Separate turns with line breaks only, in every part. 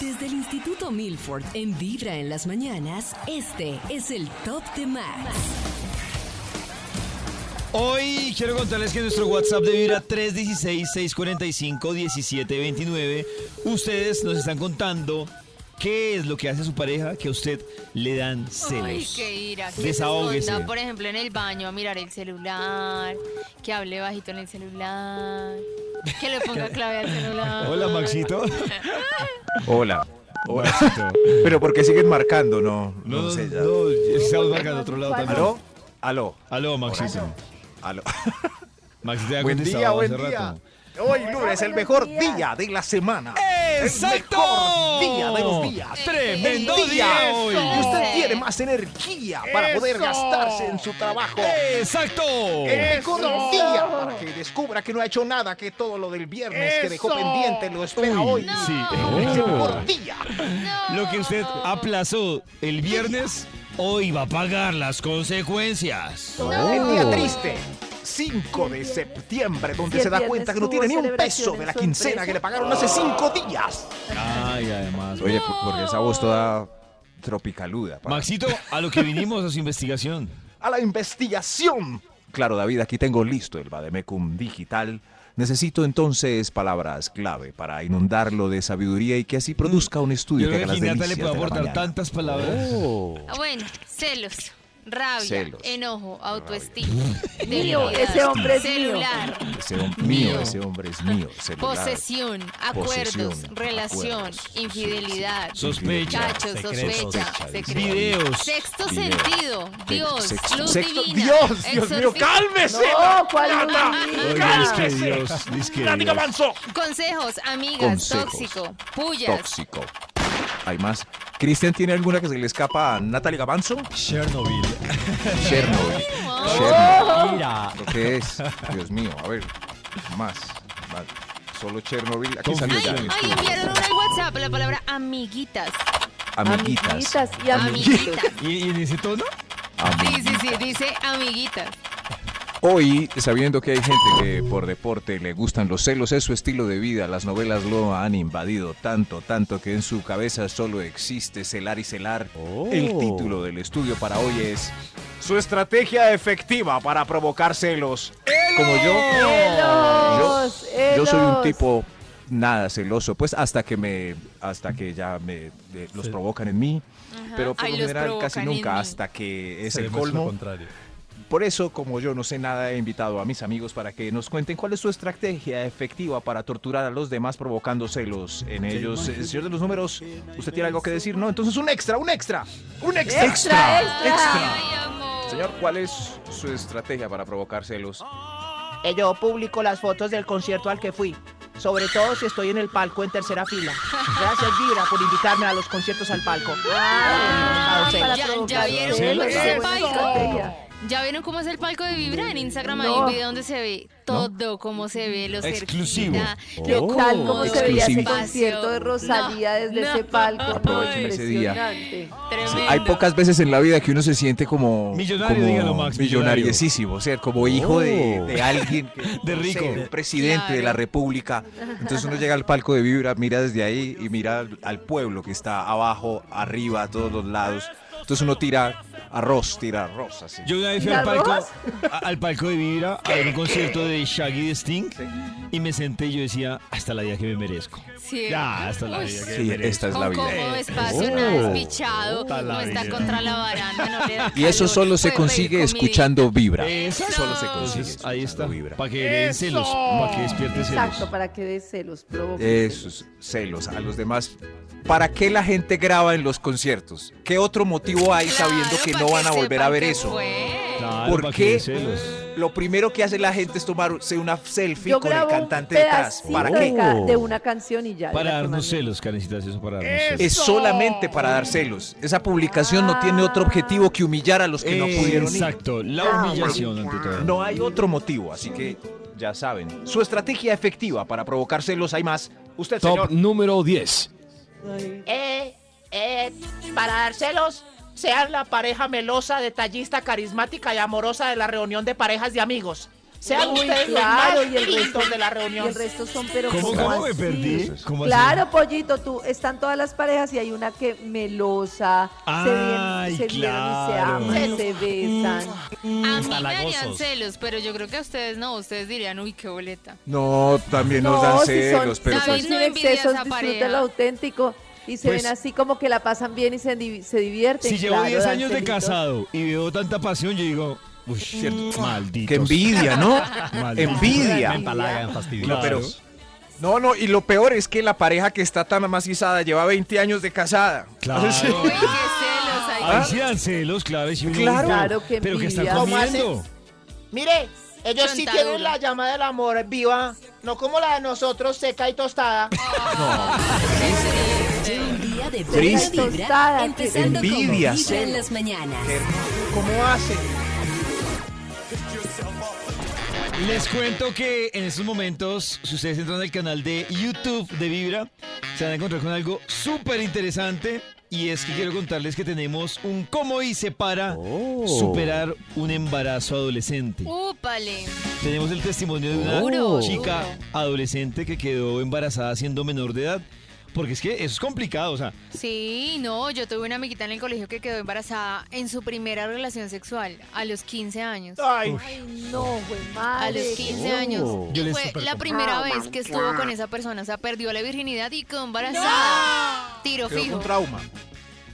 Desde el Instituto Milford, en Vibra en las mañanas, este es el Top de Max.
Hoy quiero contarles que en nuestro WhatsApp de Vibra 316-645-1729 ustedes nos están contando qué es lo que hace su pareja que a usted le dan celos.
Ay, qué ira. Que se
Desahóguese.
esconda, por ejemplo, en el baño a mirar el celular, que hable bajito en el celular, que le ponga clave al celular.
Hola Maxito.
Hola. Pero ¿por qué siguen marcando? No, no,
No,
sé ya.
no, estamos marcando otro lado también.
¿Aló? ¿Aló?
Aló, Maxito.
¿Aló?
Maxito ya
Buen día,
contestaba
buen
hace
día.
rato.
Hoy lunes, el mejor día de la semana.
¡Exacto!
El mejor día de los días.
¡Tremendo
El
día
día
hoy!
Y usted tiene más energía para poder gastarse en su trabajo.
¡Exacto!
El mejor día para que descubra que no ha hecho nada, que todo lo del viernes que dejó pendiente lo espera hoy.
Sí. Oh.
El mejor día.
Lo que usted aplazó el viernes, hoy va a pagar las consecuencias.
El día triste. 5 de septiembre, donde se da cuenta que no tiene ni un peso de la quincena que le pagaron hace 5 días.
Ay, además.
Oye, po- porque esa voz toda tropicaluda. pa.
Maxito, a lo que vinimos a su investigación.
A la investigación. Claro, David, aquí tengo listo el Bademecum digital. Necesito entonces palabras clave para inundarlo de sabiduría y que así produzca un estudio
Yo
que
creo
haga
que
las
Ginata le
delicias
puede
de Oh. la
aportar
mañana.
tantas palabras.
Ah, Bueno, celos, rabia,
Celos,
enojo, autoestima, debilidad,
ese hombre es mío.
celular,
Ese hombre mío, ese hombre es mío. celular,
posesión, acuerdos,
posesión,
relación,
acuerdos, sí,
infidelidad,
sí.
Sospecha,
Cachos,
secretos,
sospecha, secreto.
videos.
Sexto
Video.
sentido, Dios,
Sexto-
luz
sexto-
divina.
Dios, Dios mío,
exorcismo.
cálmese.
No, ¿cuál
Nata,
luz
Oiga, es que
cálmese.
Dios, es que
Nati
Dios.
Gamanzo.
Consejos, amigas,
Consejos.
tóxico, pullas,
Tóxico. Hay más. Cristian tiene alguna que se le escapa a Natalie Gabanzo.
Chernobyl.
Chernobyl.
no. Oh.
Chernobyl. ¿Lo que es? Dios mío, a ver. Más. más. Solo Chernobyl. Aquí salió ya.
Confusión.
Ay, enviaron una al WhatsApp la palabra amiguitas.
Amiguitas.
y amiguitos.
Amiguitas.
¿Y, y en ese tono?
Sí,
Amiguitas.
sí, sí, dice amiguitas.
Hoy, sabiendo que hay gente que por deporte le gustan los celos, es su estilo de vida, las novelas lo han invadido tanto, tanto que en su cabeza solo existe celar y celar. El título del estudio para hoy es Su estrategia efectiva para provocar celos. Como yo, yo,
Celos,
yo soy un
celos.
tipo nada celoso, pues hasta que me hasta que ya me eh, los provocan en mí, pero por
Ay,
lo
los
general casi
provocan en
nunca
mí.
hasta que es el colmo. Por eso, como yo no sé nada, he invitado a mis amigos para que nos cuenten cuál es su estrategia efectiva para torturar a los demás provocando celos en ellos. Eh, Señor de los números, ¿usted tiene algo que decir? No, entonces un extra, un extra, un extra.
Extra,
extra.
extra.
Ay, amor.
Señor, ¿cuál es su estrategia para provocar celos?
Eh, Yo publico las fotos del concierto al que fui, sobre todo si estoy en el palco en tercera fila. Gracias, Vibra, por invitarme a los conciertos al palco. Ah,
Ay,
bueno,
ya-
no sé.
ya vieron
celos,
cómo es el
celos.
palco. Ya vieron cómo es el palco de Vibra en Instagram. Hay un
No.
video donde se ve todo, cómo se ve, lo
Exclusivo. Oh.
cerquita,
¿Qué
lo
tal como se veía ese
exclusivo.
concierto de Rosalía
No,
desde
no.
ese palco?
Aprovechen ese día.
Impresionante.
Tremendo.
Hay pocas veces en la vida que uno se siente como
Millonario,
como
dígalo, Max, millonario.
millonariosísimo, o sea, como hijo de, de alguien, que-
De
no sé,
rico.
un presidente de la
Claro.
República. Entonces uno llega al palco de Vibra, mira desde ahí y mira al, al pueblo que está abajo, arriba, a todos los lados. Entonces uno tira arroz, tira arroz así.
Yo una vez fui al
¿Las
palco,
rojas?
a- al palco de Vibra a ver un concierto de Shaggy de Sting y me senté y yo decía, hasta la vida que me merezco.
Sí.
Ya, hasta la
Uy,
vida que me
Sí,
merezco.
esta es
Con
la
cómodo
vida.
espacio, nada despichado, no está contra la baranda, no le da
Y eso
calor,
solo se
puede
consigue
pedir comidita.
escuchando Vibra.
Eso
Solo se consigue.
Entonces, ahí está.
escuchando Vibra.
Para que le den celos, para que despierte celos.
Exacto, para que dé celos,
Eh,
provoque.
Esos celos a los demás. ¿Para qué la gente graba en los conciertos? ¿Qué otro motivo hay
Claro,
sabiendo que
pa'
no van a volver a
sepan
ver
que
eso?
fue.
Claro,
¿Por
para que
qué?
den celos.
lo primero que hace la gente es tomarse una selfie
Yo
con el
grabo un
cantante detrás.
pedacito
¿Para
de
qué?
ca- De una canción y ya. de
Para
la que
darnos
mando.
celos, Karencita, es eso para darnos celos.
Es solamente para dar celos. Esa publicación no tiene otro objetivo que humillar a los que no pudieron ir.
Exacto,
Ah,
la humillación ante todo.
No hay otro motivo, así que ya saben. Su estrategia efectiva para provocar celos hay más. Usted,
Top
señor.
número 10.
Eh, eh, para dar celos, sean la pareja melosa, detallista, carismática y amorosa de la reunión de parejas de amigos. Sean
Uy,
ustedes
claro,
los
y
más
el resto
lindos de la
Y
reunión.
el resto son, pero
¿Cómo,
¿cómo
cómo me
así?
perdí? ¿Cómo así?
Claro, pollito, tú están todas las parejas y hay una que melosa,
Ay,
se, vieron, se
claro.
vieron y se aman, se besan.
A mí me harían
Empalagosos.
celos, pero yo creo que a ustedes no. Ustedes dirían, uy, qué boleta.
No, también nos
No,
dan
si
celos,
son,
pero
si
David,
pues-
son
no
sin
envidia a esa
excesos, disfruta
pareja.
lo auténtico y se
Pues-
ven así como que la pasan bien y se, di- se divierten.
Si llevo
claro,
10
dan
años de
celitos.
casado y veo tanta pasión, yo digo, uy,
Mm.
cierto, malditos.
Qué envidia, ¿no?
malditos".
envidia.
Empalagan, fastidio.
Claro.
pero- No, no, y lo peor es que la pareja que está tan amacizada lleva 20 años de casada.
Claro.
Uy, qué celos. Ay,
¿Ah?
Ahí sí dan celos, claro. y si uno-
Claro.
Claro, qué
Pero que están
envidia.
¿Cómo
comiendo.
Mire, ellos sí
Chontadura.
tienen la llama del amor viva, no como la de nosotros, seca y tostada.
Un día de buena
Triste.
vibra,
Tostada,
empezando con Vibra
envidia,
en
celo.
las mañanas.
¿Cómo hacen?
Les cuento que en estos momentos, si ustedes entran al canal de YouTube de Vibra, se van a encontrar con algo súper interesante. Y es que quiero contarles que tenemos un cómo hice para superar un embarazo adolescente.
úpale.
Tenemos el testimonio de una
Duro,
chica
duro.
adolescente que quedó embarazada siendo menor de edad. Porque es que eso es complicado, o sea,
Sí, no, yo tuve una amiguita en el colegio que quedó embarazada en su primera relación sexual a los 15 años.
Ay,
Ay, no, güey,
A
madre.
los 15 años.
Oh.
Y
Yo les
fue
supercompro.
la primera vez que estuvo con esa persona. O sea, perdió la virginidad y quedó embarazada. Tiro
Quedó
fijo.
con trauma.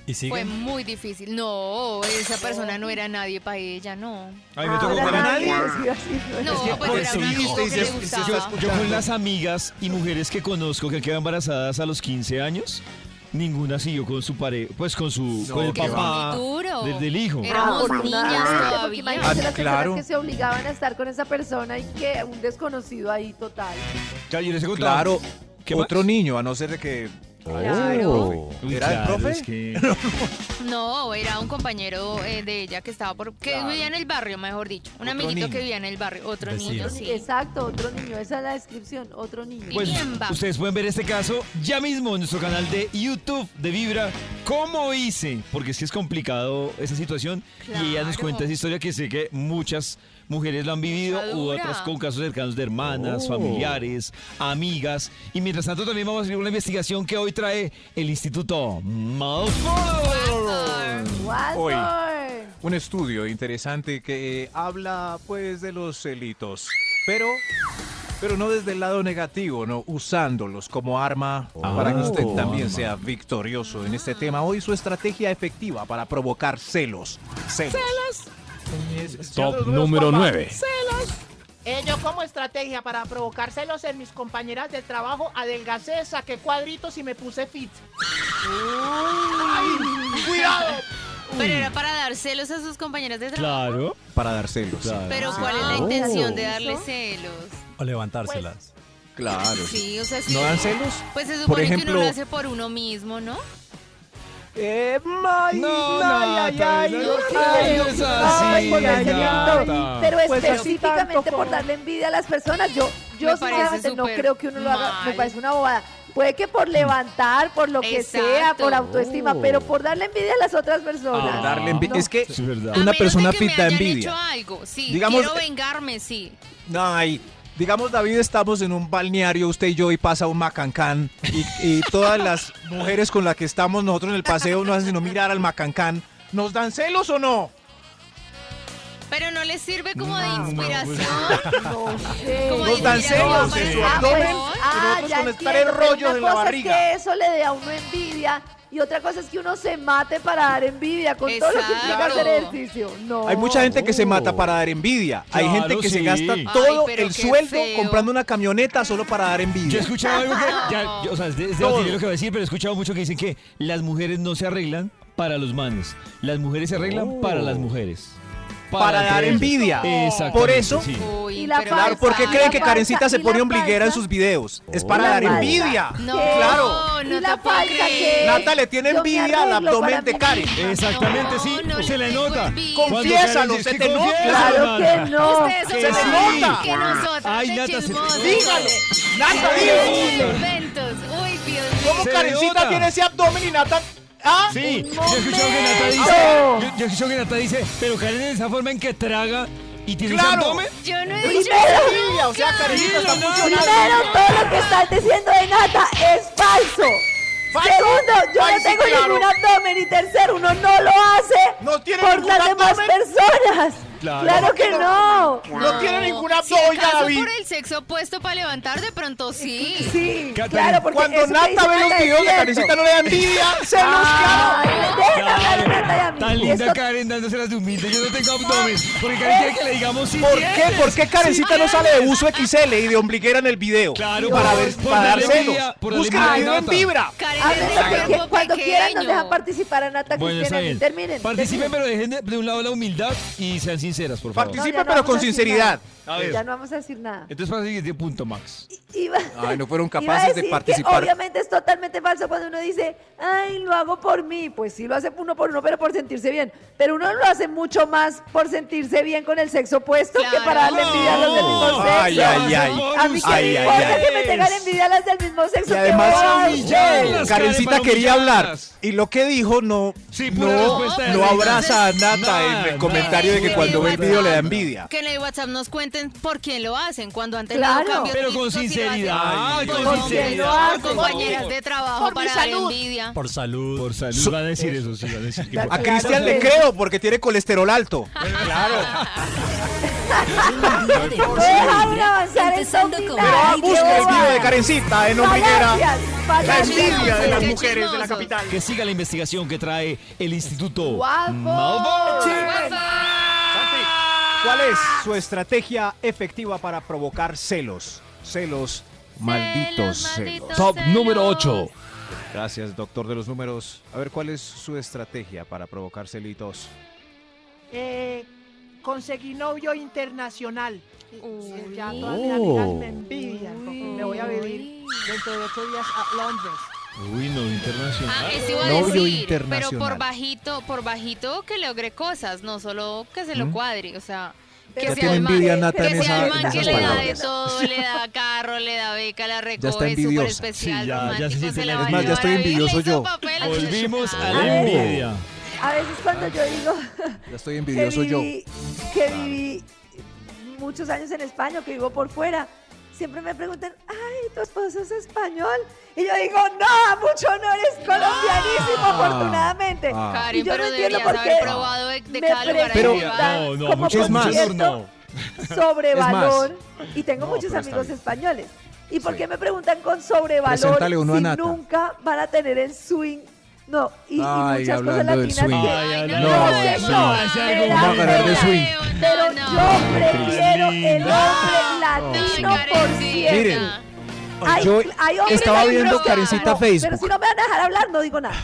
Y
Fue
siguen.
muy difícil. No, esa persona no era nadie para ella, no.
a mí me tocó
Ahora
con la-
nadie, sí, así fue.
No, pues
por
era
eso
un amigo
dijiste
que
y
le
se-
y se-
gustaba.
Yo con las amigas y mujeres que conozco que quedan embarazadas a los 15 años, ninguna siguió con su pareja, pues con su
No,
con el
qué va.
papá
Muy duro. Eh,
del, del hijo.
Éramos
Ah,
niñas
afortunadamente, porque
todavía.
imagínate
Ah,
las
claro.
personas que se obligaban a estar con esa persona y que un desconocido ahí total.
Claro, yo les he contado.
Claro,
¿Qué
otro
más?
niño, a no ser de que...
Claro.
Uy,
¿Era el
claro,
profe?
es que-
No, era un compañero eh, de ella que estaba por. que vivía en el barrio, mejor dicho. Un
Otro
amiguito
niño.
que vivía en el barrio. Otro
Vecino.
niño, sí.
Exacto, otro niño, esa es la descripción, otro niño.
Pues
Bien, va.
ustedes pueden ver este caso ya mismo en nuestro canal de YouTube de Vibra. ¿Cómo hice? Porque es que es complicado esa situación. Y ella nos
Claro.
cuenta esa historia que sé que muchas mujeres lo han vivido
Está
u
dura.
otras con casos cercanos de hermanas,
Oh.
familiares, amigas. Y mientras tanto también vamos a hacer una investigación que hoy trae el Instituto Malfoy.
Hoy.
Walter.
Un estudio interesante que eh, habla pues de los celitos, pero pero no desde el lado negativo, no usándolos como arma para que usted también sea victorioso en este tema. Hoy su estrategia efectiva para provocar celos. Celos. Es-
Top número 9.
eh, yo como estrategia para provocar celos en mis compañeras de trabajo, adelgacé, saqué cuadritos y me puse fit. Ay, cuidado.
Pero era para dar celos a sus compañeras de trabajo.
Claro.
Para dar celos.
Claro.
Pero ¿cuál es la
Ah,
intención de darle celos?
O
Pues,
levantárselas.
Claro.
Sí, o sea, sí.
¿No dan celos?
Pues se supone
Por
que
ejemplo-
uno lo hace por uno mismo, ¿no?
Eh, ay,
No,
ay,
Nata,
ay,
no,
ay,
no
ay,
es
Ay,
así,
por ese
Nata.
lindo. Pero
Pues así
específicamente
tanto
por
como-
darle envidia a las personas, yo, yo
Me
sinceramente
parece
no
súper
creo que uno lo haga, me
mal.
parece una bobada. Puede que por levantar, por lo que sea,
Exacto.
por autoestima, pero por darle envidia a las otras personas.
Ah,
Darle envi-
No.
Es que
Es verdad.
A
una
menos
persona
de que me
pita
hayan
envidia.
hecho algo, sí.
Digamos- eh,
quiero vengarme, sí.
Ay, digamos, David, estamos en un balneario, usted y yo, y pasa un macancán. Y, y todas las mujeres con las que estamos nosotros en el paseo no hacen sino mirar al macancán. ¿Nos dan celos o no?
Pero no les sirve como de inspiración.
No sé.
Como
Nos
de
dan
inspiración
celos
para
en su
el
Ah,
abdomen,
pues,
amor.
ah,
nosotros
ya
con estar
entiendo,
en
pero
rollos
una
en la
cosa
barriga.
Es que eso le dé a uno envidia y otra cosa es que uno se mate para dar envidia con todo lo que implica
Exacto.
hacer ejercicio. No.
Hay mucha gente que se mata para dar envidia. Hay
Oh. Claro,
gente que se
sí.
gasta
Ay,
todo
pero
el
qué
sueldo
feo.
comprando una camioneta solo para
Yo
dar
he
envidia.
escuchado algo que. ya, yo- o sea, es de- es
Todo.
debatible lo que voy a decir, pero he escuchado mucho que dicen que las mujeres no se arreglan para los manes. Las mujeres se arreglan para las mujeres.
Oh. para, dar envidia. Por eso,
Uy,
Y la
pero
falsa.
ahí
Claro,
está.
¿por qué
porque creen que
falsa,
Karencita se
y la
pone ombliguera en
falsa.
sus videos. Es
Oh,
para
la
dar
falsa.
envidia.
No,
Claro.
no
¿Y
te
la
puedo
falsa
creer.
qué?
Nata le tiene
Yo me
envidia al
arreglo
abdomen
para
de
mi
Karen.
amiga.
Exactamente,
No,
sí.
no
se
le
le
tengo
nota.
envidia.
Cuando
Confiésalo,
Karen dice,
se te nota.
"Confiésalo,
Claro
hermana".
que no.
Ustedes son
Que
más
sí.
malas que nosotras.
Ay,
de
Nata, se-
chismosas.
Dígalo. Nata, dígalo.
Inventos. Uy, Dios mío.
¿Cómo
Se
Karencita
nota.
tiene ese abdomen y Nata? ¿Ah?
Sí,
¡Un
yo he escuchado que Nata dice, yo,
momento!
yo he escuchado que Nata dice, pero Karen en esa forma en que traga y tiene ese
Claro.
abdomen.
Yo no he dicho
Primero,
envidia, o sea, Karencita está funcionando.
primero, todo lo que estás diciendo de Nata es falso.
Falso.
Segundo, yo
Ay,
no
sí,
tengo
claro.
ningún abdomen. Y tercero, uno no lo hace
No tiene
por
ningún
las demás
abdomen.
personas.
Claro.
Claro, que no.
No tiene ninguna
Si acaso
abdomen, David.
por el sexo opuesto para levantar, de pronto sí.
Sí,
Catherine,
claro, porque
Cuando
eso que
Nata
dice
ve los
Nata es
videos de
cierto.
Karencita no le da envidia, Ah. se los claro.
Ay, dejen hablar a Nata y a mí.
Tan linda
Esto-
Karen dándoselas de humilde, yo no tengo abdomen. Porque Karen quiere que le digamos si
¿Por
tiene.
qué? ¿Por qué Karencita no sale de buzo XL y de ombliguera en el video?
Claro,
para
por-
ver,
por
para
darle
dárselos.
envidia- por darle
Busca el
envidia
video
a
en
Nata.
Vibra.
Karen
Hablen
tiene
lo que quie-
cuerpo
Ah, cuando quieran nos
pequeño.
dejan participar a Nata
Bueno, está
Cristian.
bien.
Terminen.
Participen,
terminen.
pero dejen de, de un lado la humildad y sean sinceras, por favor.
Participen.
No, ya no
pero
vamos
con
a decir
sinceridad.
nada.
A ver.
Ya no vamos a decir nada.
Entonces, para el siguiente punto, Max.
Iba-
Ay, no fueron
iba a
capaces de
decir que
participar.
obviamente es totalmente falso cuando uno dice, ay, lo hago por mí. Pues sí, lo hace uno por uno, pero por sentirse bien. Pero uno lo hace mucho más por sentirse bien con el sexo opuesto que
Claro.
para darle envidia a los del mismo sexo.
Oh. Ay, ay, ay.
A mí que
Ay,
me
ay,
importa
ay.
que me tengan envidia a las del mismo sexo.
Y
¿qué
además,
voy a hacer?
Las
Karencita
Karen para
quería
humillarlas.
hablar y lo que dijo no,
Sí, pura
no,
respuesta de
no
Reina.
abraza a Nata
Nada,
en el
nada.
comentario de que
en
cuando ve el
WhatsApp,
video le da envidia.
Que en el WhatsApp nos cuenten por quién lo hacen, cuando antes
Claro.
no cambió
Pero
de
con
sexo, si lo
sinceridad,
hacen
con
por hombres,
sinceridad,
por
por
compañeras
favor.
de trabajo
Por mi
para dar
salud.
envidia.
Por salud.
Por salud,
Su-
va a decir eso, sí, va a decir que
Ya-
por-
A Cristian le
Claro.
creo porque tiene colesterol alto.
Un día de voz
Deja
en
aún
Vibra,
avanzar el
empezando
zombie,
con
no.
Pero ah,
Ay, qué
busca el video de
bobada.
Karencita en ombliguera.
Falacias,
La
falacias.
envidia de las
Qué
mujeres de la
chismosos.
capital.
Que siga la investigación que trae el Instituto
Guapo.
Malvo.
Pues,
¿Cuál es su estrategia efectiva para provocar celos? Celos,
Celos,
malditos celos.
malditos
Top
celos.
número 8.
Gracias, doctor de los números. A ver, ¿cuál es su estrategia para provocar celitos?
Eh, conseguí novio internacional.
Uy.
Ya todas mis amigas me envidian. porque Me voy a vivir dentro de ocho días a Londres.
Uy, no,
Ah,
internacional.
eso iba a
Novio
decir, pero
internacional.
por bajito, por bajito que logre cosas, no solo que se lo cuadre, o sea, que
Ya
sea
tiene
el man,
envidia Nata
que sea
en esa-
el
en
man que
esas
le da de
palabras.
todo, le da carro, le da beca, la
está
recoge, súper
envidiosa.
especial,
Sí, ya- ya se
romántico,
siente
se la
la-
va a
Es más, ya
llevar
estoy
a vivir, le
envidioso
hizo
yo.
papel,
Volvimos a
A
la
ver.
envidia.
A veces cuando yo digo
Ya estoy
que
envidioso yo.
viví, que viví muchos años en España, que vivo por fuera, siempre me preguntan, ay, ¿tu esposo es español? Y yo digo, no, mucho no, eres colombianísimo, afortunadamente.
Ah.
Karen,
y yo
pero
no entiendo
deberías
por qué
haber probado de, de
me
cada lugar a
Pero-
que vas.
No, no,
como
mucho
es más.
concierto sobrevalor y tengo
No,
muchos
pero está
amigos
bien.
españoles. ¿Y por
Sí.
qué me preguntan con sobrevalor
Preséntale uno a
si
Nata.
nunca van a tener el swing? No, y, y
Ay,
muchas cosas
hablando del
latinas
swing.
que
Ay,
Ay,
no,
no,
no,
no, no,
sí. No,
ese
no,
argumento.
no,
Va a ganar de
no,
swing.
no,
Pero
Ah, no.
yo prefiero el hombre latino
Ay,
por
Karencita.
siempre.
Miren,
Hay-
yo
hay hombres
estaba
que
viendo
no,
Karencita
no, Pero
Facebook.
si no me van a dejar hablar, no digo nada.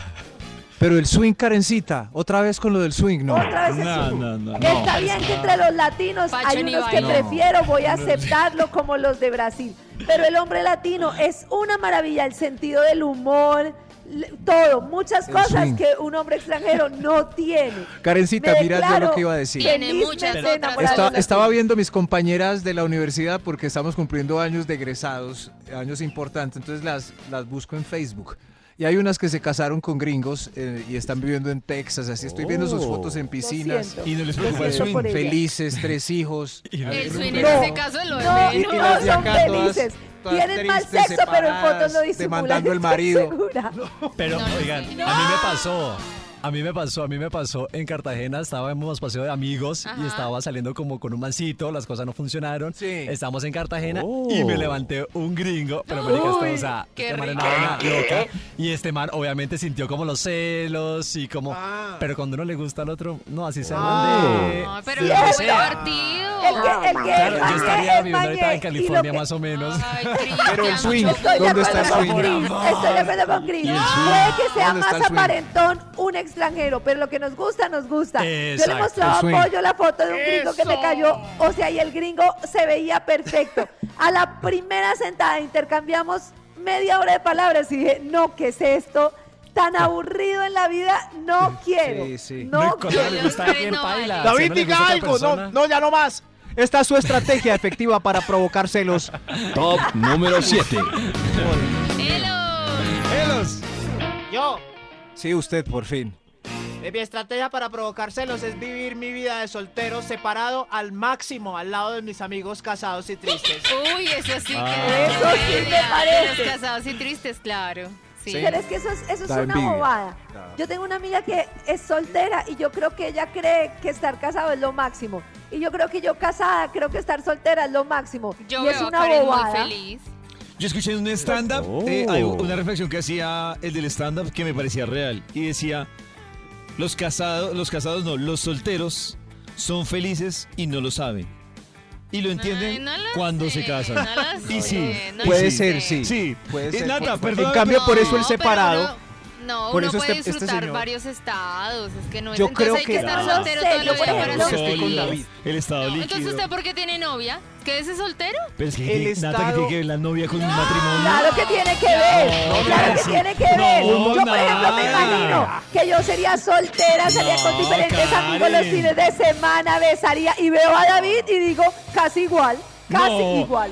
Pero el swing, Karencita, otra vez con lo del swing, no.
Otra vez el
No,
swing.
no, no.
Está bien que entre los latinos
Pacho
hay
ni
unos que
baila.
prefiero, voy a aceptarlo como los de Brasil. Pero el hombre latino es una maravilla, el sentido del humor, le- todo, muchas
El
cosas
swing.
que un hombre extranero no tiene.
Karencita,
Me
mira yo
declaro
lo que iba a decir.
Tiene
felizmente
muchas otras
enamorada de
Esta-
Está-
los
estaba viendo mis compañeras de la universidad porque estamos cumpliendo años de egresados, años importantes, entonces las, las busco en Facebook. Y hay unas que se casaron con gringos eh, y están viviendo en Texas, así estoy viendo sus fotos en
Oh. Lo
piscinas,
siento.
Y no les
Lo
preocupa el
siento
swing.
por ella.
felices, tres hijos.
El swing en
No,
ese caso es lo de
No,
menos.
y
no
las de
son
acá todas-
felices.
todas
Tienen mal
tristes,
sexo, pero en fotos no
separadas,
disimulan.
demandando al
estoy
marido.
segura.
Pero,
No, no,
oigan,
no.
a mí me pasó. A mí me pasó, a mí me pasó en Cartagena, estábamos paseo de amigos
Ajá.
y estaba saliendo como con un mancito, las cosas no funcionaron.
Sí.
Estamos en Cartagena y
Oh.
me levanté un gringo, pero me esto, o sea,
qué
este man era
rico.
una loca. Y este man obviamente sintió como los celos y como,
Ah.
pero cuando uno le gusta al otro, no, así se hablan de...
No, pero
de
no
lo que
es
¿Cierto?
sea.
partido.
El que, el que
Claro,
es
yo
mañé
estaría
es
viviendo ahorita
mañé,
en
y lo
California
que-
más o menos.
Ay,
Pero el
Cristian,
swing,
mucho
Estoy de
¿dónde está el
acuerdo con
swing?
Chris, estoy de acuerdo con Chris.
Y el swing.
Puede que sea
¿Dónde está
más
el swing?
aparentón un extranjero, pero lo que nos gusta, nos gusta. Yo le
Exacto,
mostraba a
swing.
Pollo la foto de un gringo que me
¡Eso!
cayó. O sea, y el gringo se veía perfecto. A la primera sentada intercambiamos media hora de palabras y dije, no, ¿qué es esto? Tan aburrido en la vida, no quiero.
Sí, sí.
No,
No, y cuando no le
quiero.
gusta a alguien, No, baila. vale. Si no
David,
le gusta
diga
a otra
algo. No,
persona.
no, ya no más. Esta es su estrategia efectiva para provocar celos.
Top número 7.
Celos.
Yo,
Sí, usted por fin.
eh, mi estrategia para provocar celos es vivir mi vida de soltero separado al máximo al lado de mis amigos casados y tristes.
Uy, eso sí que
Ah.
Eso sí me
Idea,
parece.
Los casados y tristes, claro. Sí.
Pero es que eso es, eso es
Da
una
envidia.
bobada.
Da.
Yo tengo una amiga que es soltera y yo creo que ella cree que estar casado es lo máximo. Y yo creo que yo casada creo que estar soltera es lo máximo.
Yo
y
veo
es
a
una
Karen
bobada.
muy feliz.
Yo escuché en un stand-up eh,
Oh.
hay una reflexión que hacía el del stand-up que me parecía real. Y decía, los casados, los casados no, los solteros son felices y no lo saben. Y lo entienden
no lo
cuando
sé,
se casan.
no lo
y
sé,
sí,
no
y
Puede
sí.
ser, sí.
Sí,
Puede
Eh,
ser.
Nata,
En
perdón.
cambio, por eso el
No, pero
separado.
uno- no,
por
uno
eso
puede
este- este
disfrutar
señor-
varios estados. Es que no es.
Yo
Entonces
creo
hay que,
que-
estar
No lo
soltero
sé,
todo
yo
el
por
día
ejemplo-
para ser
Yo
estoy con
feliz.
David. El estado líquido.
Entonces, ¿usted por qué tiene novia? ¿Que ese soltero?
Pero es que,
El
tiene- Nata, que
estado-
tiene que ver la novia con un matrimonio.
Claro que tiene que ver, claro que
sí.
tiene que ver.
No,
yo, por ejemplo, me
nada.
imagino que yo sería soltera, salía con
No,
diferentes amigos los
Karen.
fines de semana, besaría y veo a David y digo, casi igual, casi
No.
igual.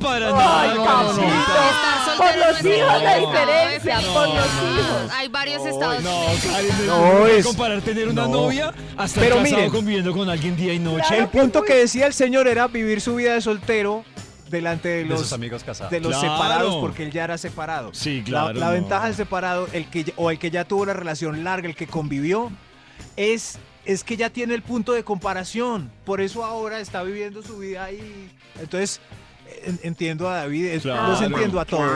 Para
Ay,
nada,
Karencita.
Karencita.
Estar soltero
Por los
no es
hijos la
el único estado de
diferencia, por los
felicidad.
hijos.
Hay varios estados.
No,
de felicidad.
Karen,
No,
no
es-
es comparar tener una
no.
novia hasta
Pero
casado
miren.
conviviendo con alguien día y noche.
Claro
El punto que decía el señor era vivir su vida de soltero delante de
De
los
sus amigos casados.
de los
Ah, Claro.
separados porque él ya era separado.
Sí,
La-
claro,
La,
no.
ventaja del separado, el que ya- o el que ya tuvo una relación larga, el que convivió, es es que ya tiene el punto de comparación. Por eso ahora está viviendo su vida ahí. Entonces eh, en- entiendo a David, es-
Claro.
los entiendo a todos.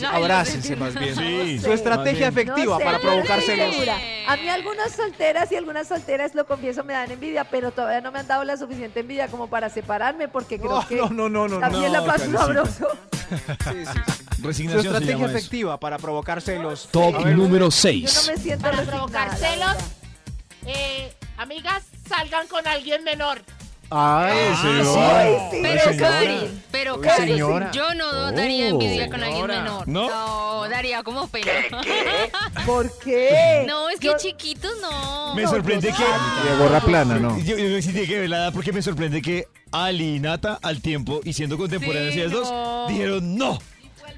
No,
Abrácense
no,
más bien.
Sí.
Su estrategia
Más bien.
efectiva para
no estoy
provocar celos.
segura. A mí algunas solteras y algunas solteras, lo confieso, me dan envidia, pero todavía no me han dado la suficiente envidia como para separarme, porque creo
No,
que
no, no, no, no,
también
no,
la paso
Karencita.
sabroso.
Su
Resignación se
estrategia
llama eso.
efectiva para provocar celos.
Top
A ver,
número
Yo no
6.
me siento
Para
resignada,
provocar
la
celos.
verdad.
Eh, amigas, salgan con alguien menor.
Ah,
Ay,
Ay, sí,
Pero
señora.
Karen, pero Karen,
señora.
yo no daría envidia con alguien
Señora.
menor.
¿No?
daría como pena.
¿Por qué?
No, es que
Yo-
chiquitos no.
Me sorprende que.
De gorra plana, ¿no?
Yo, yo sí tiene que ver la edad porque me sorprende que Ali y Nata, al tiempo y siendo contemporáneas
Sí,
ellas
no.
dos, dijeron no.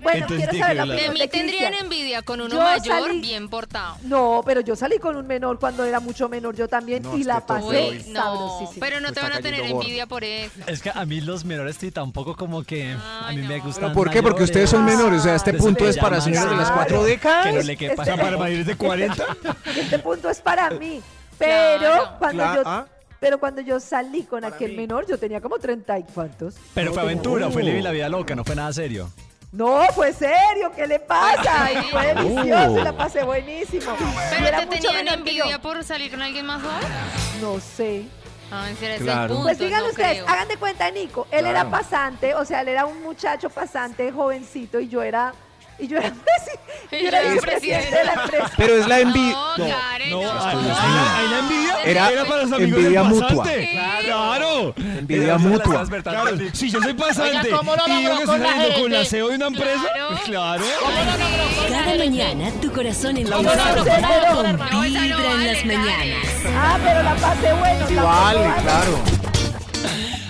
Bueno,
Entonces
quiero
tiene que
saber la
ver la-
De
opinión
mí
de
tendrían
Cristian.
envidia con uno
Yo
mayor
salí-
bien portado.
No, pero yo salí con un menor cuando era mucho menor yo también
No,
y
es
la
que todo
pasé
Uy, no,
sabrosísima.
pero no te
Está
van a tener
cayendo gordo.
envidia por eso.
Es que a mí los menores sí tampoco como que a
Ay,
mí me
no.
gustan.
¿Pero por qué? Porque ustedes son
mayores.
menores. O sea, este
Pero eso
punto
te
es para
llama
señores de las
sano.
cuatro
Que
décadas.
no le quepa.
O sea, para mayores de 40.
Este punto es para mí. Pero
Claro.
cuando
Cla- ah.
yo pero cuando yo salí con aquel
mí.
menor, yo tenía como treinta y cuantos.
Pero fue
No, tenía-
aventura, fue living la vida loca, no fue nada serio.
No, fue serio, ¿qué le pasa?
Ay,
Y fue
no.
delicioso, la pasé buenísimo. Y
¿Pero
era
te
mucho
tenían
menor que yo.
envidia por salir con alguien más joven?
No sé.
Ah, en serio, ese
Claro.
punto,
Pues digan
no
ustedes,
creo.
hagan de cuenta, Nico, él era
Claro.
pasante, o sea, él era un muchacho pasante, jovencito, y yo era, y yo era, presi-
Y
yo era
yo era
vicepresidente de la empresa.
Pero es la envidia.
No, Karen,
No,
no.
ahí la, ahí la envidia
Era
era, para los amigos
envidia
del
mutua.
pasante. Claro.
Envidia
Eso la
mutua.
estás verdad,
Claro,
Andy.
si yo soy pasante
Oiga, ¿cómo lo
y yo
logró
que
con
estoy
la
saliendo con la
gente?
CEO de una empresa,
Claro.
claro.
Cada mañana tu corazón
no,
empieza
no,
a
no,
vibrar
no,
con
no, esa no
vibra en
vale,
las
dale.
mañanas.
Ah, pero la pasé bueno.
Sí,
la
vale,
pasé bueno.
claro.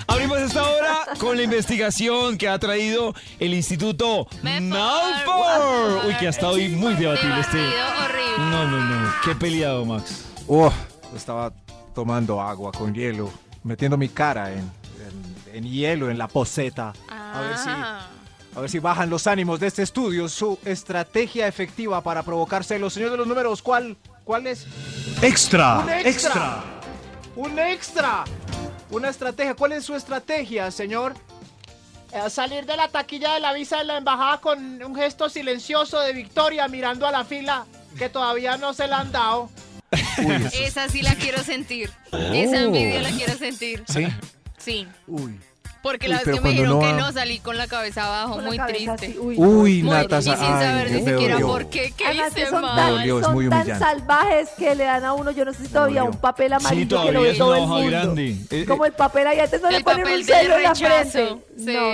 Abrimos esta hora con la investigación que ha traído el Instituto
Me
Malfour. Uy, que hasta hoy muy debatible este.
Debatido, horrible.
No, no, no. Qué peleado, Max.
Oh, estaba tomando agua con hielo, metiendo mi cara en, en- en hielo, en la poseta.
A ver si-
Ah.
A ver si bajan los ánimos de este estudio. Su estrategia efectiva para provocar celos. Señor de los números, ¿cuál, cuál es?
Extra.
Ah,
¡Un extra! ¡Un extra! Una estrategia. ¿Cuál es su estrategia, señor?
Eh, salir de la taquilla de la visa de la embajada con un gesto silencioso de victoria mirando a la fila que todavía no se la han dado.
Esa sí la quiero sentir. Esa envidia la quiero sentir. Sí. Sí. Porque
Uy,
la vez
pero
que me dijeron
cuando
que
uno va-
no salí con la cabeza abajo, muy triste.
uy,
Muy-
Uy, Nata,
Y sin
ay,
saber ni
me
siquiera
dolió.
por qué, qué
Además que
hice
son
Me
tan,
mal.
dolió, es
son
muy
tan
humillante.
salvajes que le dan a uno, yo no sé si todavía un papel amarillo que lo
todavía
ve
es
todo
una
el
hoja
mundo.
grande. Eh,
Como el papel ahí antes no le
El
ponen
papel
un sello
de
en la
rechazo,
frente.
sí.
No, no,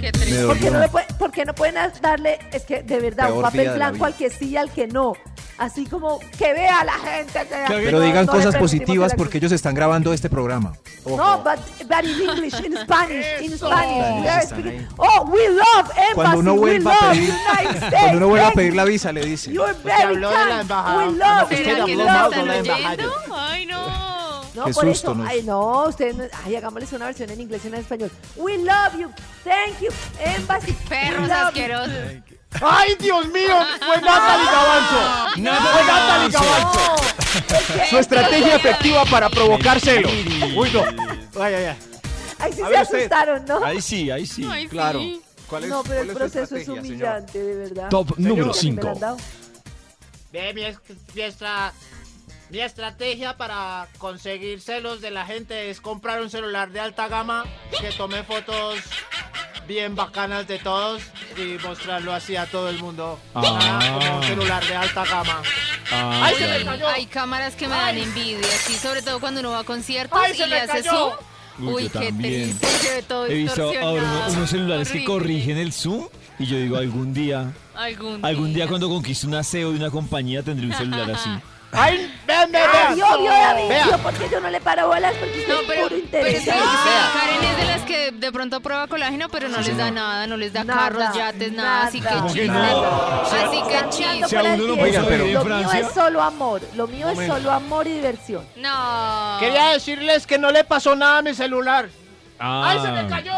Qué
Me
triste.
dolió.
¿Por qué, no le puede- por qué no pueden darle, es que de verdad,
Peor día
un
de
papel
la
blanco
vida.
al que sí y al que no? Así como que vea la gente. que-
Pero
no,
digan
no le
cosas
permitimos
positivas
el acceso.
porque ellos están grabando este programa.
No, but, but in English, in Spanish, in Spanish. We are
Están
speaking- Oh, we love embassy.
Cuando uno
we
vuelva
love
a pedir,
United States.
cuando uno vuelva a
Thank
pedir la visa, le dice.
You're
Usted
very
habló de la
kind.
embajada.
We love
Usted
you.
¿Será que
habló
nos
mal
están
con la embajada.
oyendo? Ay, no.
No,
Qué
por
susto,
eso.
¿no?
Ay, no, ustedes no- Ay, hagámosles una versión en inglés y una en español. We love you. Thank you. Embassy. we
Perros
love you.
asquerosos.
¡Ay, Dios mío! ¡Fue Natalie
Ah.
Gabanzo! ¡Fue Natalie Gabanzo!
Su estrategia efectiva para provocar celos. Uy, no. Ay, ay, ay.
Ahí sí
A
se
ver, usted.
asustaron, ¿no?
Ahí sí, ahí sí.
Ay,
Claro.
sí.
¿Cuál
No, pero el
cuál su
proceso es
estrategia, señor?
humillante, de verdad.
Top número
Porque me la han
5.
dado.
Ve mi, es- mi estra- mi estrategia para conseguir celos de la gente es comprar un celular de alta gama que tome fotos bien bacanas de todos y mostrarlo así a todo el mundo. Ah, como un celular de alta gama.
Ah.
¡Ay, se me cayó!
Hay cámaras que me dan envidia, sí, sobre todo cuando uno va a conciertos
Ay,
y
se
le
me
hace
cayó.
zoom.
Uy,
Uy,
yo
qué
también.
triste, se ve todo
He visto ahora uno-
distorsionado.
unos celulares que
Horrible.
corrigen el zoom y yo digo, algún día,
Algún,
algún día cuando conquiste un aseo de una compañía tendré un celular así.
¡Ay, ven, ven,
Ay,
ven!
obvio, David,
Vea.
yo porque yo no le paro bolas porque
No,
usted es
pero,
puro
pero es que
interesante.
Karen es de
Ah.
las que de pronto prueba colágeno, pero no les da nada, no les da
Nada,
carros, yates, nada, así que
nada. ¿Cómo
chiste.
que no?
Así que
Ando
chiste.
Si a
por
uno
el
lo
cielo.
puso
Oiga,
lo
pero-
en
mío
Francia.
es solo amor, lo mío es
Momento.
solo amor y diversión.
No.
Quería decirles que no le pasó nada a mi celular.
Ah,
¡Ay, se me cayó!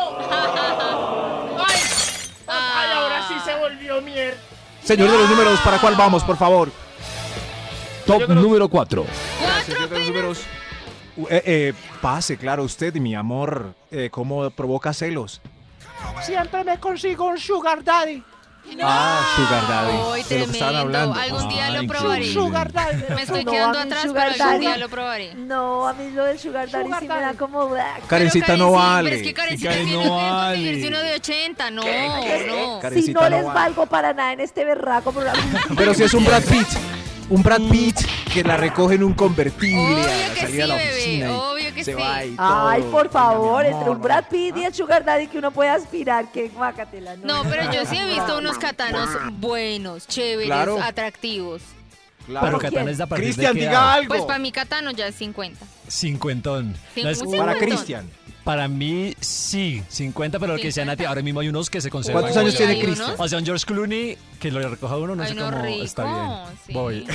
¡Ay! ¡Ay, ahora sí se volvió mierda!
Señor de los números, ¿para cuál vamos, por favor?
top número 4.
Señor de los números. U- eh, eh, pase, claro, usted, mi amor, eh, cómo provoca celos.
Siempre me consigo un sugar daddy.
Ah, Sugar Daddy.
Ay,
de lo que estaban
tremendo.
hablando.
Algún día
Ay,
lo
Un
probaré.
sugar daddy.
Me estoy
No,
quedando
a mí
atrás,
Sugar
pero algún día
Daddy.
lo probaré.
No, a mí lo del sugar daddy
Sugar
sí me da
daddy.
como ¡ah, black.
Karencita no
Pero
vale.
Pero es que Karencita
Karen
tiene
no
que conseguirse
vale.
uno de 80. No, no.
Si no
Karencita no
les
vale.
valgo para nada en este berraco programa.
Pero si es un Brad Pitt. Un Brad Pitt que la recoge en un convertible a
Mm. Obvio
la
que
salida
sí,
de la
bebé,
oficina. y
obvio que
se
sí. Ah,
va y todo.
Ay, por
Venga, mi
favor, entre
amor,
un Brad Pitt y el sugar daddy que uno puede aspirar, que guácatela.
No, pero yo sí he visto unos katanos buenos, chéveres,
Claro.
atractivos.
claro.
Pero
¿Quién?
Catán es de a partir de
Cristian,
qué
diga
edad?
algo.
Pues para mi catano ya es 50.
Cincuentón.
Sí,
No, es-
un
Para
cincuentón.
Cristian.
Para mí, sí, 50, pero lo que decía Nati, ahora mismo hay unos que se conservan.
¿Cuántos años tiene
Hay
Cristian?
unos-
O sea, un George Clooney, que lo recoja uno, no
Hay
sé
unos
cómo
ricos,
está bien.
sí.
Voy.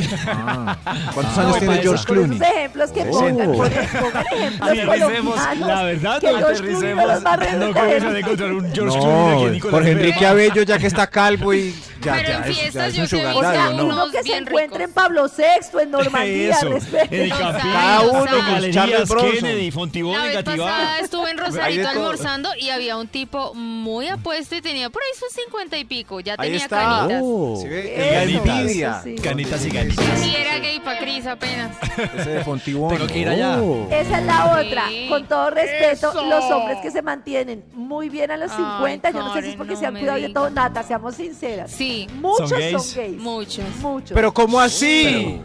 Ah, ¿Cuántos
Ah,
años
voy
tiene
pa'
George
esa.
Por esos
Clooney?
ejemplos que pongan,
Oh.
por ejemplo, pongan ejemplos
Aterricemos,
colombianos,
la verdad,
que
no
George Clooney no los va
No
a
creo que se
reventar.
van a encontrar un George Clooney aquí en
No,
Nicolás
Jorge
Pérez.
Enrique Abello ya que está calvo y ya,
Pero
ya
en
es, ya
fiestas
es
yo
un
sí he
sugar
visto
daddy, ¿o
uno,
no?
unos
que se
bien
encuentre
ricos.
en Pablo VI en Normandía,
Eso, eh. en el
respete.
Cada
café.
uno,
Galerías,
Charles Bronson.
Kennedy, Fontibón
La
y
vez
Gativá.
pasada estuve en
Hay de
Rosarito
todo.
almorzando y había un tipo muy apuesto y tenía por ahí sus 50 y pico. Ya
Ahí
tenía
está.
canitas.
¿Sí ve?
Eso,
Envidia.
eso sí.
Canitas y ganitas.
Y era gay pa' Cris apenas.
Ese de Fontibón.
Tengo que ir allá.
Oh.
Esa es la
Sí.
otra. Con todo respeto,
Eso.
los hombres que se mantienen muy bien a los
Ay,
50, yo no sé si es
Karen,
porque
no
se han
me
cuidado de
diga.
todo, Nata, seamos sinceras.
Sí,
¿Son
Muchos son
gays?
gays.
muchos.
Muchos.
Pero ¿cómo así?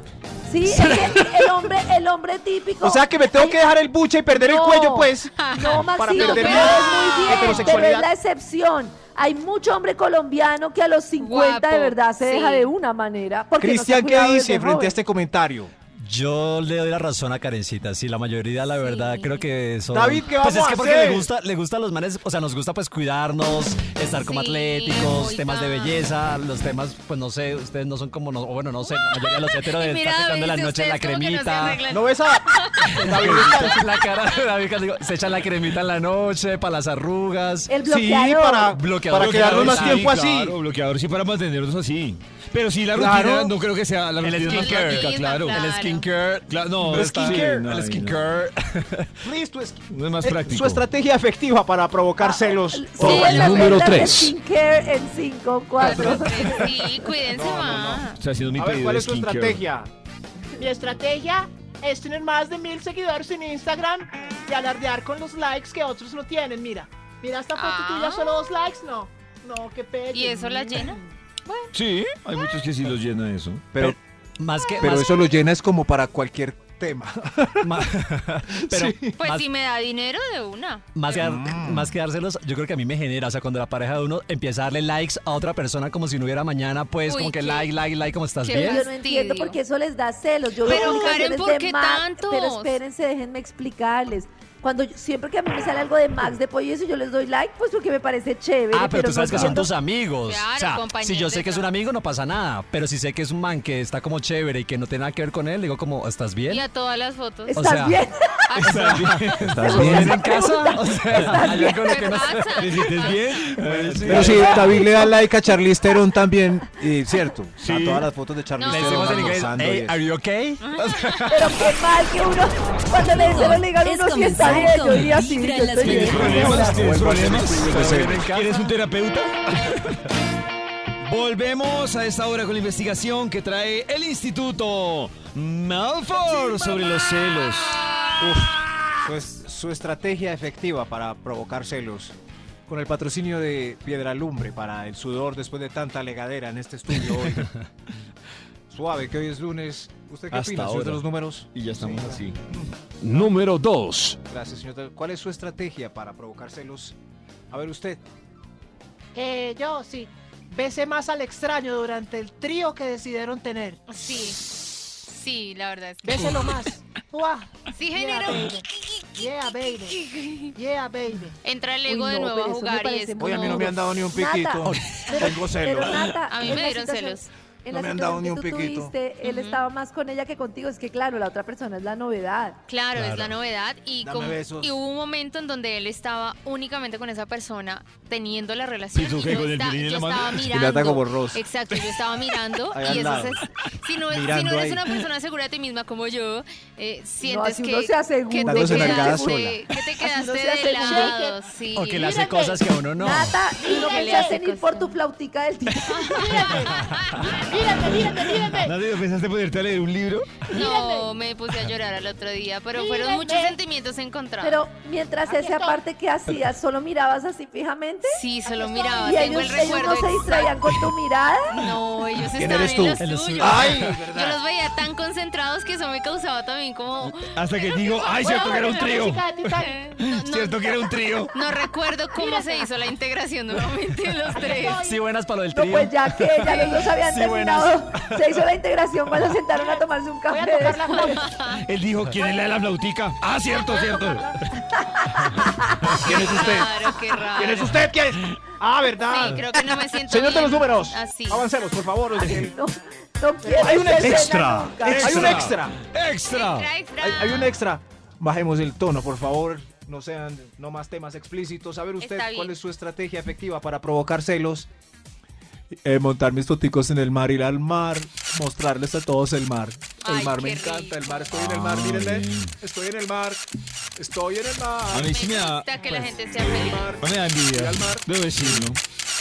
sí, es que el hombre, el hombre típico.
o sea que me tengo que dejar el buche y perder el
No.
cuello, pues.
No, Maxito,
perder
pero
mi
Ah.
es muy bien, pero es
heterosexualidad.
la excepción. Hay mucho hombre colombiano que a los 50 de
Guapo,
verdad se
sí.
deja de una manera. porque no se ha
Cristian, ¿qué
cuidado
dice
desde
frente
joven.
a este comentario?
Yo le doy la razón a Karencita, sí, la mayoría, la verdad, creo que son...
David, ¿qué
Pues es
vamos
que
a
porque
hacer?
le gusta, le gusta a los manes, o sea, nos gusta pues cuidarnos, estar como
Sí,
atléticos,
oiga.
temas de belleza, los temas, pues no sé, ustedes no son como, no, o bueno, no sé, la mayoría de los heteros de estar sacando en las
dice,
noches la
ustedes como que no se
cremita.
arreglan.
¿No ves a David?
la cara de David, cuando digo, se echa la cremita en la noche, para las arrugas.
El
Sí,
bloqueador.
para,
Bloqueador.
para quedarnos más
Sí,
tiempo así.
Claro, bloqueador sí para mantenernos así. Pero sí la rutina,
Claro.
no creo que sea la
El
rutina más
skincare.
práctica, claro.
Claro.
El skincare.
Cla- no,
El
está-
skincare.
sí, no,
el
ay,
skincare.
Please, tu es-
no. No es más
eh,
práctico.
Su estrategia efectiva para provocar celos.
Ah, Sí,
Oh,
las
número
reglas de
tres.
skincare en 5, 4.
Cuatro, tres, sí, cuídense más.
Está haciendo mi
A
pedido
ver, ¿cuál
de
es tu
skincare.
estrategia?
Mi estrategia es tener más de mil seguidores en Instagram y alardear con los likes que otros no tienen, mira. Mira esta foto tuya, solo dos likes, no. No, qué Mm. pena.
Ah. ¿Y eso la llena?
Sí, hay muchos que sí los llenan eso.
Pero,
más que,
pero
más-
eso lo llena es como para cualquier tema.
Pero
Pues
más,
si me da dinero de una.
más que, dar- más que dárselos, yo creo que a mí me genera. O sea, cuando la pareja de uno empieza a darle likes a otra persona como si no hubiera mañana, pues
Uy,
como que
qué-
like, like, like, como estás
qué
bien.
Yo no entiendo
fastidio.
por qué eso les da celos. Yo veo
Pero,
publicaciones
Karen, ¿por
de
qué
Max,
tantos?
Pero espérense, déjenme explicarles. Cuando yo- siempre que a mí me sale algo de Max de pollo y eso, yo les doy like, pues porque me parece chévere.
Ah, pero, tú
no
sabes que son
entiendo-
tus amigos.
Claro,
o sea,
compañeros
si yo sé
de
que es un
trabajo.
amigo, no pasa nada. Pero si sé que es un man que está como chévere y que no tiene nada que ver con él, digo como, ¿estás
Y
bien?
a todas las fotos.
O
¿Estás
sea,
bien?
¿Estás bien?
¿Estás
¿Bien
bien?
en casa? O sea, hay algo en lo
¿Qué
que no sé.
pasa?
¿Te sientes bien? Bueno, sí.
Pero sí, David le da like a Charlize Theron también, y cierto, a
Sí.
todas las fotos de Charlize
No.
Le
Theron
decimos en inglés,
almorzando y
hey,
eso.
¿are you okay?
Pero qué mal que uno, cuando le dicen, le digan
Es
uno si está
comenzar
bien, yo
con
diría sí,
vibra en
yo
las
estoy bien.
¿Problemas? ¿Tienes problemas?
Sí.
¿Quieres un terapeuta? Volvemos a esta hora con la investigación que trae el Instituto Malfour sobre los celos.
Pues su estrategia efectiva para provocar celos. Con el patrocinio de Piedra Lumbre para el sudor después de tanta legadera en este estudio hoy. Suave, que hoy es lunes. ¿Usted qué
Hasta
opina, señor de
ahora.
los números?
Y ya estamos así.
Número 2.
Gracias, señor. de- ¿Cuál es su estrategia para provocar celos? A ver usted.
Eh, yo sí. Besé más al extraño durante el trío que decidieron tener.
Sí. Sí, la verdad es que.
Béselo más. Uah.
Sí,
Yeah,
genera un-
baby. Yeah, baby. Yeah, baby.
Entra el
Uy,
ego de
no,
nuevo
pero
a
eso me
jugar y
parece
es
muy
como...
Oye, a mí no
No me han dado ni un piquito.
Nata. Pero-
Tengo celos.
Pero Nata,
A mí
en
me
la
dieron
situación-
celos.
En
No
la
me han dado
situación
ni
que tú
un piquito.
tuviste, él
Ujú.
estaba más con ella que contigo. Es que claro, la otra persona es la novedad.
Claro, es la novedad y,
Dame
como-
besos.
y hubo un momento en donde él estaba únicamente con esa persona teniendo la relación
Pensó
y
que
yo,
con el
esta-
violín en
yo
la mano.
estaba
Y le ataca
mirando.
borroso.
Exacto, yo estaba mirando
Ahí al
y eso
lado.
es, si no, si no
Mirando
eres
ahí.
una persona segura de ti misma como yo, eh, sientes
así
que,
uno se asegura.
que te
Dándose nalgada
quedaste, que te quedaste
uno se
de
asegura.
lado, sí.
O que le hace cosas que a uno no.
Nata, y no
Mírame.
pensaste en ir por tu flautica del tío.
Mírame, mírame, mírame.
¿Nadie pensaste ponerte a leer un libro?
No, me puse a llorar al otro día, pero fueron muchos sentimientos encontrados.
Pero mientras esa parte que hacías, solo mirabas así fijamente.
sí, solo miraba,
y
tengo
ellos,
el
ellos
recuerdo
no se distraían con tu mirada.
No, ellos
¿Quién
estaban
eres tú?
en
En
los
los
suyos.
suyos.
Ay,
Yo los veía tan concentrados que eso me causaba también como...
Hasta que digo, ay, cierto que era un trío.
No, no-
Cierto que era un trío.
no recuerdo cómo se hizo la integración nuevamente de los tres.
Sí, buenas para lo del
No,
trío.
pues ya que ya los dos habían
Sí,
terminado, se hizo la integración cuando sentaron a tomarse un café. después.
Él dijo, ¿quién es la de la flautica? Ah, cierto, cierto.
¿Quién es usted?
Claro, qué raro.
¿Quién es usted? ¿Quién es? Ah, ¿verdad?
Sí, creo que no me siento
Señor de
bien
los números.
Así.
Avancemos, por favor. Hay
No, no quiero
Hay un
ser cena
extra.
nunca.
un extra.
Extra, extra.
Hay, hay un extra. Bajemos el tono, por favor. No sean no más temas explícitos. A ver usted
Está bien.
cuál es su estrategia efectiva para provocar celos. Eh, montar mis foticos en el mar, ir al mar, mostrarles a todos el mar. El
Ay,
mar
qué
me encanta, el
rico.
mar, estoy en el mar, mírenme. Estoy en el mar, estoy en el
A
mar.
mí sí me
Me
da,
gusta que la
pues.
gente sea feliz.
no me da envidia. Debo decirlo.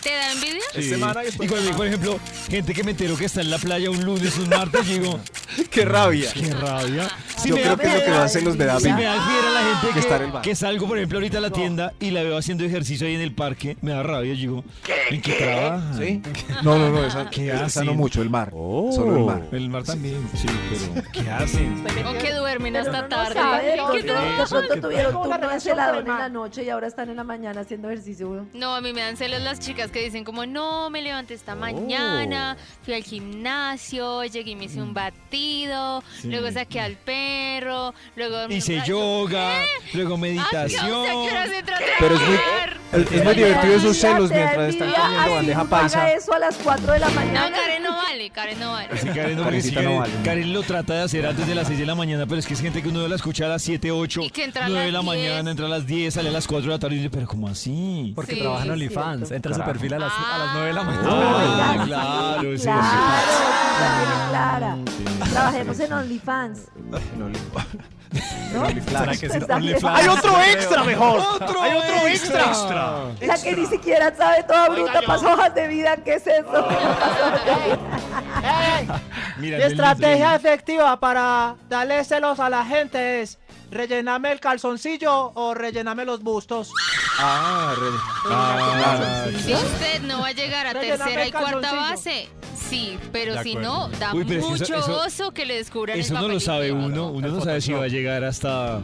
¿Te da envidia?
Es semana y después
Y cuando,
semana.
por ejemplo, gente que me entero que está en la playa un lunes, un martes, digo,
¡Qué rabia!
qué rabia. Si
Yo
me
creo
da
que es lo que
piedra-
va a hacer los de
Si
David.
me da fiera la gente
Que
que,
estar en bar.
que salgo, por ejemplo, ahorita a la tienda y la veo haciendo ejercicio ahí en el parque, me da rabia. Yo digo, ¿en qué trabaja?
¿Sí? No, no, no, esa,
¿Qué
esa
hacen?
no mucho, el mar.
Oh,
Solo el mar.
El mar también, sí, pero ¿qué hacen?
¿O que duermen
Pero uno
hasta
no
tarde?
sabe, de
¿Qué
pronto-
tal?
de pronto tuvieron
Tengo una
turno de
relación
celadón
con el
en la
mar.
noche y ahora están en la mañana haciendo ejercicio. uno.
No, a mí me dan celos las chicas que dicen como, no, me levanté esta mañana,
Oh.
fui al gimnasio, llegué y me
Mm.
hice un batido, luego saqué al perro, luego... dormí un
Hice
rato".
yoga, luego
Ah, sí,
meditación.
o sea, ¿qué horas entra a
Pero es muy-
trabajar?
Es, es
Te
muy
da
divertido esos
envidia,
celos
te da
mientras están
envidia,
comiendo
así
bandeja
uno haga
paisa.
eso a las 4 de la mañana.
No, Karen no vale, Karen no vale.
Sí, Karen, no, porque sí,
Karencita no
Karen,
vale.
Karen lo trata de hacer antes de las 6 de la mañana, pero es que es gente que uno la escucha a las 7, 8,
Y que entra a
9 de la
las 10.
mañana, entra a las 10, sale a las 4 de la tarde y dice, pero ¿cómo así?
Porque
Sí,
trabajan en
es
OnlyFans.
cierto.
Entra a su
Carajo.
perfil a las, a las
Ah.
9 de la
Ah,
mañana.
claro, sí,
Claro,
sí.
Clara,
Ah,
Clara. Trabajemos en OnlyFans.
¿Será que es
Está bien.
OnlyFans?
Hay
otro extra mejor. Hay otro extra.
La que ni siquiera sabe toda
Oiga,
bruta,
yo-
pasó hojas de vida, ¿qué es eso?
Ey,
Mira,
Mi
del
estrategia
libro.
efectiva para darle celos a la gente es
rellename el calzoncillo o rellename los bustos.
Ah, re- ah,
Si usted no va a llegar a
Rellename
tercera y cuarta base,
calzoncillo.
sí, pero
De
si
acuerdo.
no, da
Uy, pero es que
mucho
eso- eso-
oso que le descubran
Eso
el
no lo
papelito.
sabe uno. Uno no sabe si va a llegar hasta.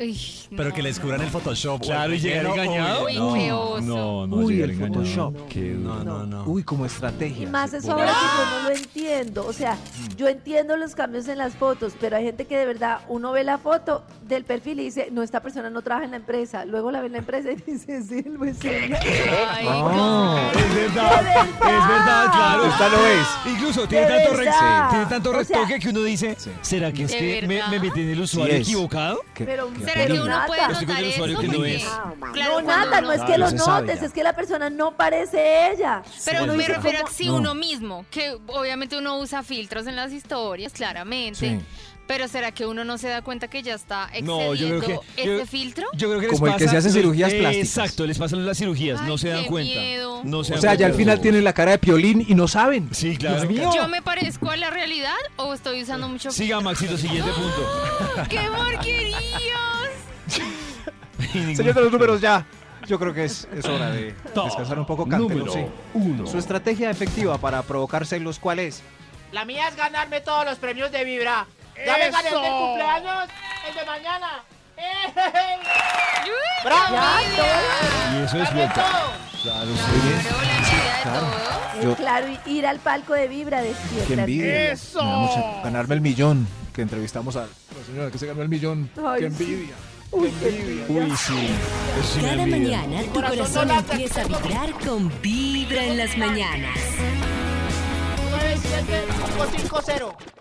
Uy,
Pero
no.
que les cubran el Photoshop.
Claro, y llegar engañado.
Uy, qué oso.
No, no,
Uy,
llegar
el
engañado.
Photoshop.
Qué
No, no, no.
Uy, como estrategia.
Y más eso
Por-
ahora que yo no lo entiendo. O sea, yo entiendo los cambios en las fotos, pero hay gente que de verdad uno ve la foto del perfil y dice, no, esta persona no trabaja en la empresa. Luego la ve en la empresa y dice, sí, el vecino.
Ay,
Ah, es verdad,
¡De
es verdad, claro.
Esta lo es.
Incluso tiene
¡De
tanto, re-
verdad!
tiene tanto
O sea-
retoque que uno dice, ¿será que es
¿De
que me,
verdad?
me metí en el usuario
Sí es.
equivocado?
qué-
Pero,
qué
¿Será que
pero
uno
nada.
puede
Estoy con
notar
el
eso?
usuario que no
Porque-
es.
Claro,
no,
cuando
nada, no
uno-
es que lo
se sabe
notes,
ya.
es que la persona no parece ella.
Pero
Uno
me
dice,
refiero a
¿cómo?
si uno mismo, que obviamente uno usa filtros en las historias, claramente.
Sí.
Pero ¿será que uno no se da cuenta que ya está
No,
excediendo
yo creo que-
este
yo-
filtro?
Yo creo que
Como
les
el que
pasa-
se hace cirugías
eh,
plásticas.
Exacto, les pasan las cirugías,
Ay,
no se dan
qué
cuenta.
miedo.
No se
O
dan
sea, ya al
cuenta.
final tienen la cara de piolín y no saben.
Sí, claro.
Dios mío.
¿Yo me parezco a la realidad o estoy usando mucho
Siga, Maxito, siguiente punto.
¡Ah! ¡Qué porquerías!
Señor de los números, ya. Yo creo que es, es hora de
Top
descansar un poco,
número
cántelo, sí.
uno.
Su estrategia efectiva para provocar celos, ¿cuál es?
La mía es ganarme todos los premios de Vibra. Ya me gané el del cumpleaños, el de mañana. ¡Eh! ¡Bravo!
Y eso es
¡Gané
loco.
todo!
Claro,
Pero la ansiedad de todo.
Eh, claro, y ir al palco de vibra despierta.
Qué envidia.
Me da mucha- ganarme el millón. Que entrevistamos a la señora que se ganó el millón.
Ay,
qué
sí.
envidia.
Uy, qué envidia.
Uy, sí. Eso sí me
Cada
olvida.
mañana tu corazón empieza a vibrar con Vibra en las mañanas.
9, 7, 5, 5, 0.